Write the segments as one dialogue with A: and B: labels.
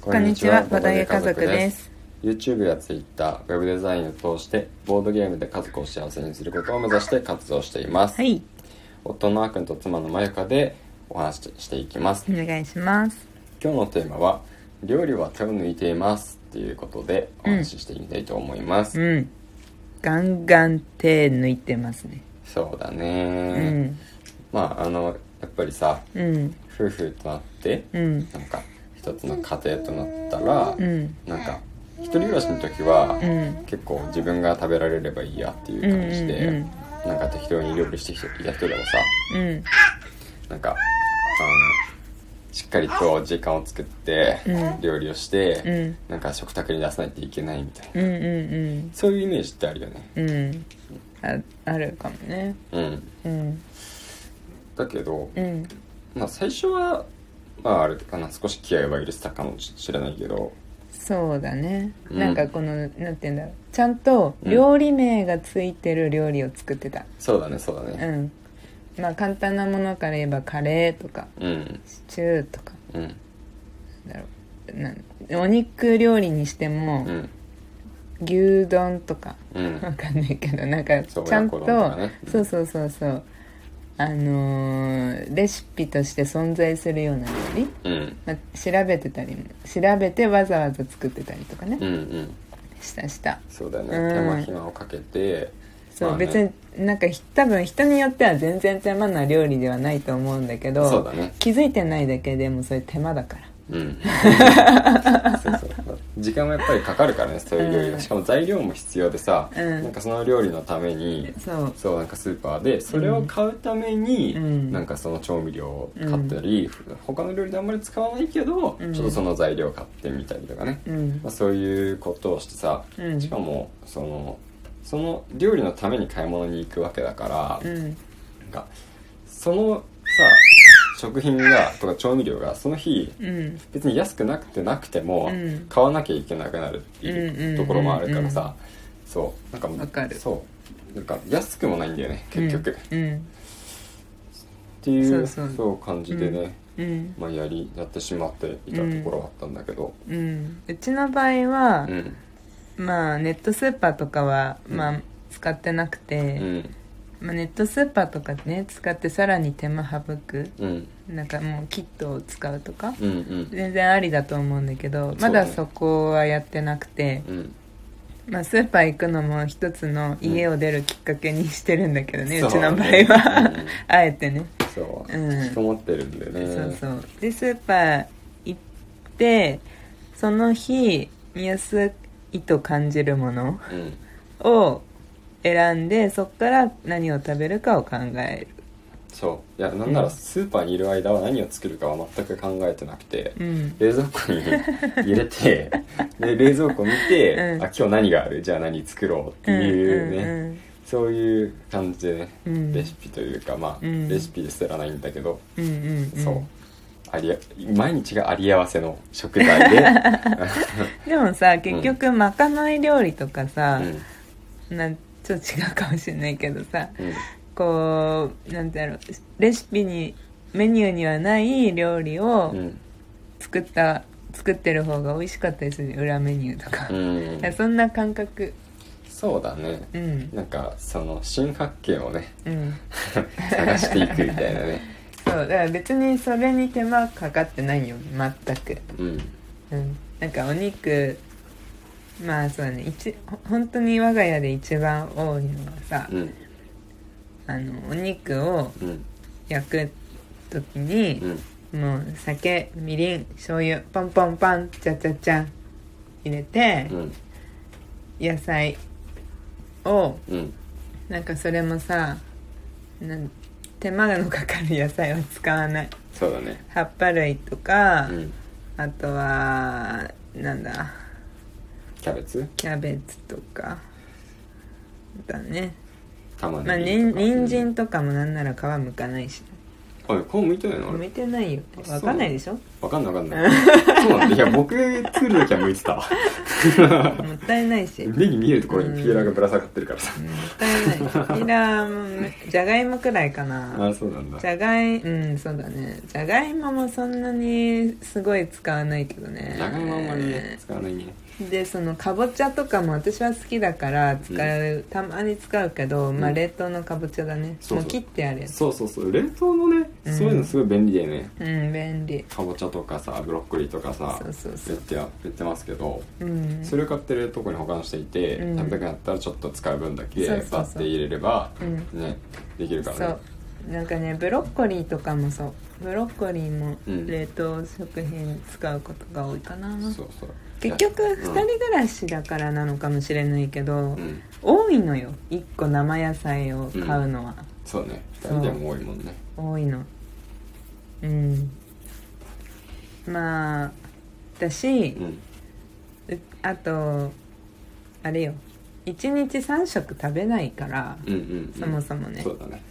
A: こんにちは、ボードゲー家族で。すす。
B: YouTube や Twitter、Web デザインを通して、ボードゲームで家族を幸せにすることを目指して活動しています。
A: はい、
B: 夫のあーくんと妻のまゆかでお話ししていきます。
A: お願いします。
B: 今日のテーマは、料理は手を抜いていますっていうことでお話ししていきたいと思います。
A: うん。ガンガン手抜いてますね。
B: そうだ
A: う
B: ね、
A: ん。
B: まあ、あの、やっぱりさ、
A: うん。
B: 夫婦となって、
A: うん。
B: なんか一つの家庭となったら、
A: うん。
B: なんか一人暮らしの時は、
A: うん
B: 結構自分が食べられればいいやっていう感じで、
A: うんうん
B: なんか適当に料理してきていた人でもさ
A: うん。
B: なんかあのしっかりと時間を作って
A: うん
B: 料理をして、
A: うん
B: なんか食卓に出さないといけないみたいな、
A: うん。うん。
B: そういうイメージってあるよね
A: うん。うん。あ、あるかもね。
B: うん
A: うん。
B: だけど、
A: うん。
B: まあ最初はまああれかな少し気合は入れてたかもしれないけど
A: そうだね。
B: うん
A: なんかこの、なんて言うんだろう。ちゃんと料理名がついてる料理を作ってた。
B: そうだねそうだ
A: う
B: ね
A: ん。まあ簡単なものから言えばカレーとか、
B: うん
A: シチューとか、
B: うん
A: なんだろう。なんお肉料理にしても、
B: うん
A: 牛丼とか
B: うん
A: わかんないけどなんか
B: そう
A: ちゃんと
B: 親子丼とかね
A: そうそうそうそうあのーレシピとして存在するような料
B: う
A: 理、
B: ん
A: まあ、調べてたりも調べてわざわざ作ってたりとかね
B: うんうん
A: したした
B: そうだよね
A: うん
B: 手間暇をかけて
A: そう、
B: まあね
A: 別になんかひ多分人によっては全然手間な料理ではないと思うんだけど
B: そうだね
A: 気づいてないだけでもそれ手間だから
B: うん そうそう時間もやっぱりかかるからねそういう料理
A: う
B: が
A: ん
B: しかも材料も必要でさ、
A: うん
B: なんかその料理のために
A: そう
B: そうなんかスーパーでそれを買うために、
A: うん
B: なんかその調味料を買ったり、他の料理であんまり使わないけど、
A: うん
B: ちょっとその材料を買ってみたりとかね、
A: うん
B: まあ、そういうことをしてさ、
A: うん
B: しかもそのその料理のために買い物に行くわけだから、
A: うん
B: なんかそのさ食品がとか調味料がその日
A: うん
B: 別に安くなくてなくても、
A: うん
B: 買わなきゃいけなくなるっていうところもあるからさ、そうなんかもう
A: わかる
B: そうなんか安くもないんだよね結局、っ
A: うん
B: ていう
A: そ
B: そうう
A: そう
B: 感じでね、
A: うん
B: まあ、やりやってしまっていたところはあったんだけど
A: うんうちの場合は、
B: うん
A: まあネットスーパーとかは、
B: うん
A: まあ使ってなく
B: う
A: て、
B: ん
A: まあ、ネットスーパーとかね使ってさらに手間省く
B: うん
A: なんかもうキットを使うとか
B: うんうん
A: 全然ありだと思うんだけど
B: ね
A: まだそこはやってなくて、
B: うん
A: まあ、スーパー行くのも一つの家を出るきっかけにしてるんだけどね、う
B: そう
A: ちの場合は、
B: うん
A: あえてね、
B: そう、
A: うん
B: 引きこもってるんでね
A: そうそうでスーパー行ってその日見やすいと感じるもの、
B: うん
A: を選んでそこから何を食べるかを考え
B: そういやなんな
A: う
B: ら
A: ん
B: スーパーにいる間は何を作るかは全く考えてなくて、
A: るうん
B: 冷蔵庫に入れ てで冷蔵庫見て、
A: うん
B: あ今日何があるじゃあ何作ろうっていうね、そういう感じでね、
A: うん
B: レシピというかまあ、
A: うん
B: レシピですらないんだけど、
A: うんうんうんうん
B: そうありあ毎日があり合わせの食材 で、
A: でもさ結局まかない料理とか
B: う
A: さ、
B: ん
A: なんちょっと違うかもしれないけどさ
B: うん
A: こうなんてやろうレシピにメニューにはない料理を
B: うん
A: 作った、作ってる方が美味しかったりするね裏メニューとか,、
B: うん
A: そんな感覚
B: そうだね
A: うん
B: なんかその新発見をね
A: うん
B: 探していくみたいなね、
A: そうだから別にそれに手間かかってないよ全く
B: うん、
A: うん、なんかお肉まあそうだね一ほ本当に我が家で一番多いのはさ、
B: うん
A: あのお肉を
B: うん
A: 焼く時
B: う
A: に、
B: ん
A: もう酒みりん醤油ポンポンポンチャチャチャ入れて
B: う、ん
A: 野菜を
B: うん
A: なんかそれもさなん手間のかかる野菜は使わない
B: そうだね
A: 葉っぱ類とか、
B: うん
A: あとはなんだ
B: キャベツ
A: キャベツとかだね
B: 玉
A: まあ
B: ねぎ
A: に
B: と
A: ん
B: か
A: 人参とかもなんなら皮むかないし
B: あれ顔向いてないのあ
A: 向
B: れ
A: いてないよ
B: あそう
A: わかんな いでしょも
B: わかんないわかんないそうなんだいや僕作る時は向いてた わ
A: ったいないしもっ
B: 目に見えるところにピーラーがぶら下がってるからさ
A: たいないピラーもじゃがいもくらいか
B: あ
A: な
B: あそうなんだ
A: じゃがいうんそうだねじゃがいももそんなにすごい使わないけどね
B: じゃがいもあんまりね使わないね
A: でそのかぼちゃとかも私は好きだから使う、たまに使うけど、まあ
B: うん
A: 冷凍のかぼちゃだね
B: そうそう
A: もう切ってあるやつ
B: そうそうそう冷凍のね
A: うん
B: そういうのすごい便利だよね
A: うん便利
B: かぼちゃとかさブロッコリーとかさ
A: そうそうそ
B: 売っ
A: う
B: ては売ってますけど
A: うん
B: それを買ってるとこに保管していて
A: うん
B: 食べたくなったらちょっと使う分だけ
A: そうそうそう
B: バッて入れれば
A: うん
B: ねできるか
A: そ
B: らね
A: うなんかねブロッコリーとかもそうブロッコリーも
B: うん
A: 冷凍食品使うことが多いかな、
B: そうそう
A: 結局
B: うん
A: 2人暮らしだからなのかもしれないけど、
B: うん
A: 多いのよ1個生野菜を買うのは、
B: そうね2
A: そう
B: 人でも多いもんね
A: 多いのうんまあだし、
B: うん
A: うあとあれよ1日3食食べないから
B: うんうんうん
A: そもそもね
B: そうだね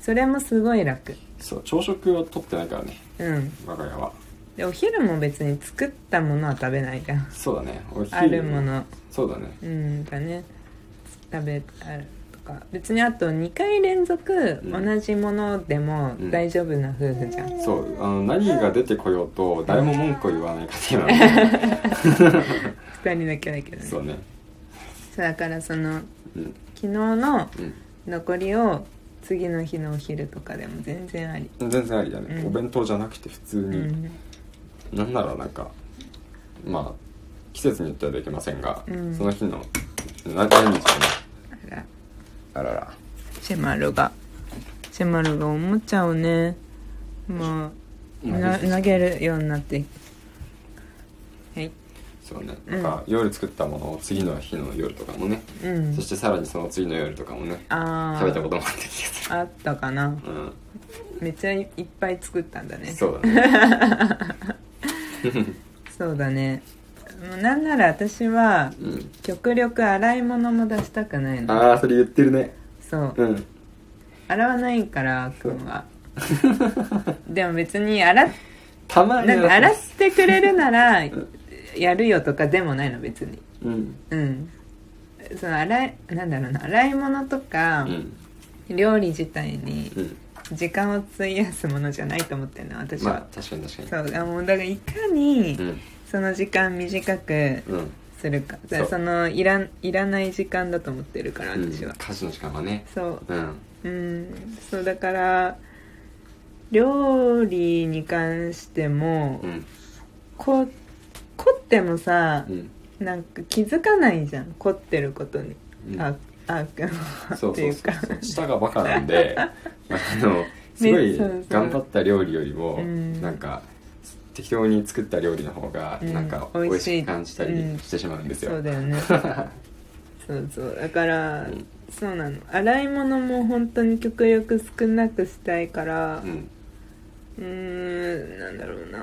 A: それもすごい楽
B: そう朝食は取ってないからね
A: うん
B: 我が家は
A: でお昼も別に作ったものは食べないじゃん
B: そうだねお昼
A: あるもの
B: そうだね
A: うんだね食べあるとか別にあと2回連続
B: うん
A: 同じものでも
B: うん
A: 大丈夫な夫婦じゃん、
B: そうあの何が出てこようと誰も文句を言わない家庭なので
A: 2人だけだけどね
B: そうね
A: そうだからその
B: うん
A: 昨日の
B: うん
A: 残りを次の日のお昼とかでも全然あり
B: 全然ありだね、
A: うん
B: お弁当じゃなくて普通
A: う
B: に、
A: ん
B: なんならなんかまあ季節によってはできませんが、
A: うん
B: その日のな何日かね
A: あら
B: あらら
A: シェマルがシェマルがおもちゃをねまあな投げるようになってはい
B: そうね
A: うん
B: なんか夜作ったものを次の日の夜とかもね、
A: うん
B: そしてさらにその次の夜とかもね
A: あ
B: 食べたこともあった気がす
A: ああったかな
B: る、うん
A: めっちゃいっぱい作ったんだねそう
B: そうだね
A: だねもうなんなら私は
B: うん
A: 極力洗い物も出したくないの
B: ああそれ言ってるね
A: そう
B: うん
A: 洗わないからあーくんはでも別に洗
B: たまに
A: なんか洗っ
B: す
A: てくれるならやるよとかでもないの別に
B: うん
A: うんその洗いなんだろうな洗い物とか
B: う、ん
A: 料理自体に
B: うん
A: 時間を費やすものじゃないと思ってるの私
B: まあ
A: は、
B: 確かに確か
A: そうあもうだからいかに
B: にうん
A: その時間短く
B: うん
A: するか、
B: そう
A: そのいらんいらない時間だと思ってるから
B: うん
A: 私は、
B: 家事の時間はね
A: そ
B: う
A: う
B: ん
A: うんそうだから料理に関しても、
B: うん
A: こ凝ってもさ
B: う、ん
A: なんか気づかないじゃん凝ってることに、
B: うん
A: ああ っ
B: そうそ
A: っていうう
B: そ
A: か
B: うそう舌がバカなん であのすごい
A: そうそう
B: 頑張った料理よりも、
A: うん
B: なんか適当に作った料理の方が
A: うん
B: なんか
A: 美
B: 美
A: 味
B: 味
A: しい
B: しく感じた
A: うん
B: りしてしまうんですよ、
A: そうだよ ねそうそうだか
B: う
A: ら、
B: ん
A: そうなの洗い物も本当に極力少なくしたいから
B: う、ん
A: うーんなんだろうな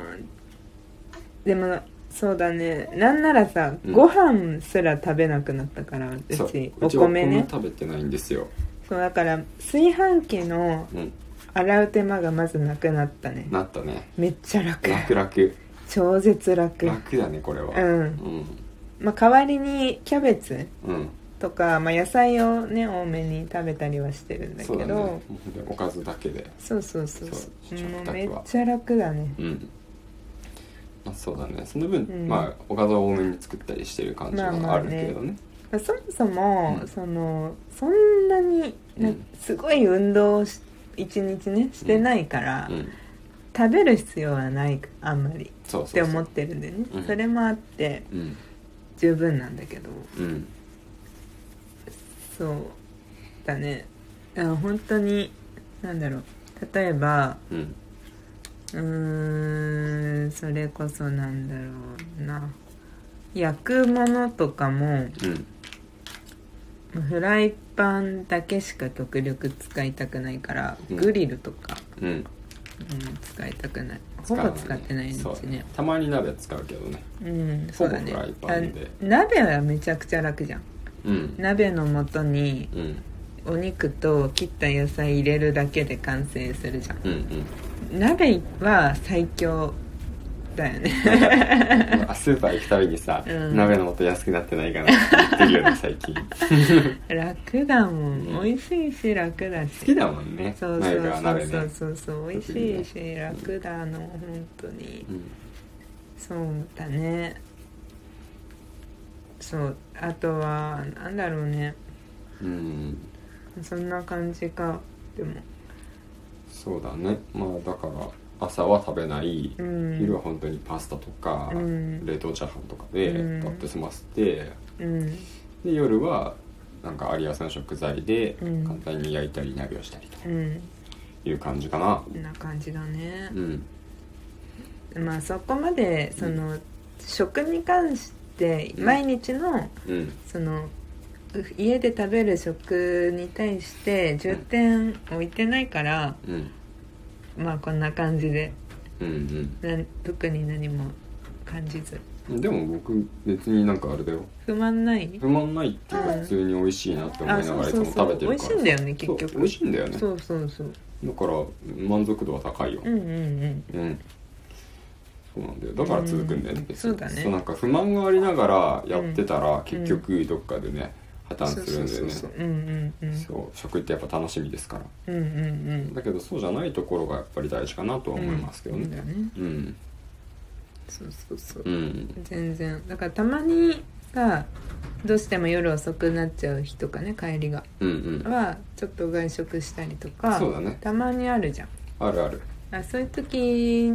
A: でもそうだねなんならさ、
B: うん
A: ご飯すら食べなくなったから
B: そう
A: 私
B: う
A: お
B: ちは
A: 米ね
B: 食べてないんですよ、
A: そうだから炊飯器の
B: うん、
A: 洗う手間がまずなくなったね
B: なったね
A: めっちゃ楽
B: 楽楽
A: 超絶楽
B: 楽だねこれは
A: うん、
B: うん
A: まあ、代わりにキャベツ
B: うん
A: とか、まあ、野菜をね多めに食べたりはしてるんだけ
B: そうだね
A: ど
B: もうねおかずだけで
A: そうそうそうそう
B: そう
A: も
B: 食
A: う
B: 卓は
A: めっちゃ楽だね
B: うんまあそうだねその分、
A: うん
B: まあおかずを多めに作ったりしてる感じ
A: まあま
B: は
A: あ
B: あるけれどね,、
A: まあそもそも、
B: うん
A: そのそんなにな
B: うん
A: すごい運動をし一日ねしてないから、
B: うん
A: 食べる必要はないあんまり
B: そうそうそう
A: って思ってるんでね
B: うん
A: それもあって
B: うん
A: 十分なんだけど
B: うん
A: そうだねあ本当になんだろう例えば
B: うん
A: うーんそれこそなんだろうな焼くものとかも
B: うん
A: フライパンだけしか極力使いたくないから、
B: うん
A: グリルとか、
B: うん
A: うん、使いたくない
B: 使
A: ほ
B: わない
A: ぼ
B: ね
A: 使ってないんで
B: そう
A: すね
B: たまに鍋は使うけどね
A: うんそうだね
B: ほぼフライパンで
A: あ鍋はめちゃくちゃ楽じゃん
B: うん
A: 鍋の素に
B: うん
A: お肉と切った野菜入れるだけで完成するじゃん
B: うんうん
A: 鍋は最強だよね
B: あスーパー行くたびにさ、
A: うん
B: 鍋の素安くなってないかなって言ってるよね最 近好
A: 楽だもん、
B: うん
A: 美味しいし楽だし
B: きだもんね
A: そう
B: 鍋は
A: そう
B: 鍋
A: そ
B: ね
A: うそうそう、美味しいし楽だの本当に
B: うん
A: そうだねそうあとはなんだろうね
B: うん
A: そんな感じかでも
B: そうだねまあだから朝は食べない、
A: うん
B: 昼は本当にパスタとか、
A: うん
B: 冷凍チャーハンとかで
A: うん
B: 買って済ませて
A: うん
B: で夜はなんか有安の食材で
A: うん
B: 簡単に焼いたり鍋をしたりと
A: うん
B: いう感じかな
A: こんな感じだね
B: う、ん
A: まあそこまでその、食に関して
B: うん
A: 毎日の、
B: うん
A: そのう家で食べる食に対して重点置いてないから、
B: うん
A: まあこんな感じで
B: うん
A: なん特に何も感じず
B: うんでも僕別になんかあれだよ
A: 不満ない
B: 不満ないっていうか
A: うん
B: 普通に美味しいなって思い
A: あ
B: な
A: そ
B: が
A: う
B: らいつ
A: そ
B: も
A: う
B: 食
A: そ
B: べ
A: う
B: て
A: 美
B: る
A: 味
B: か
A: し
B: ら
A: いんだよね結
B: そう
A: 局
B: 美味しいんだよね
A: そうそうそう
B: だから満足度は高いよ
A: うんうんうん
B: うんそうなんだよだから続くんだよね、
A: うん
B: 別に
A: そうだね
B: なんか不満がありながらやってたら、結局どっかでね破綻
A: そう
B: するんだ
A: そう
B: よ
A: そう
B: ね
A: そううんうんうん
B: そう食ってやっぱ楽しみですから
A: うんうん
B: だけどそうじゃないところがやっぱり大事かなとは
A: うん
B: 思いますけど
A: そうだ
B: ね
A: ね
B: うん
A: そうそうそう
B: うん
A: 全然だからたまにさどうしても夜遅くなっちゃう日とかね帰りが
B: うんうん
A: はちょっと外食したりとか
B: そうだね
A: たまにあるじゃん
B: あるある
A: あそういう時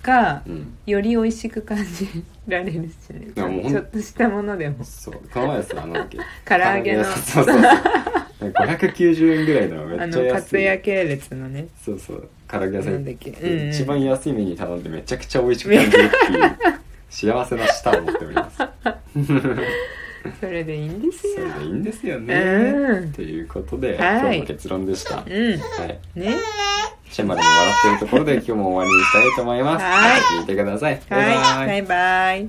A: が
B: うん
A: より美味しく感じられるしね
B: いやもうほん
A: ちょっとしたものでも
B: そうこの前さあのなんだっけ
A: 唐揚げの
B: そうそうそう590円ぐらいのめ
A: あ
B: っちゃ
A: のカツ
B: 安
A: ヤ
B: い
A: 系列のね
B: そうそう唐揚げ屋さ
A: なんんだっけ、うんうん、
B: 一番安いメニュー頼んでめちゃくちゃ美味しく感じるっていう幸せな舌を持っております そ
A: それでいいんですよ
B: れでいいんですよ
A: うん
B: ねということで
A: はい
B: 今日の結論でしたは
A: うん
B: い
A: ね
B: シェマルに笑ってるところで今日も終わりにしたいと思います
A: はい
B: 聞いてくださいバイ
A: は
B: バ
A: い
B: イ
A: バイバイ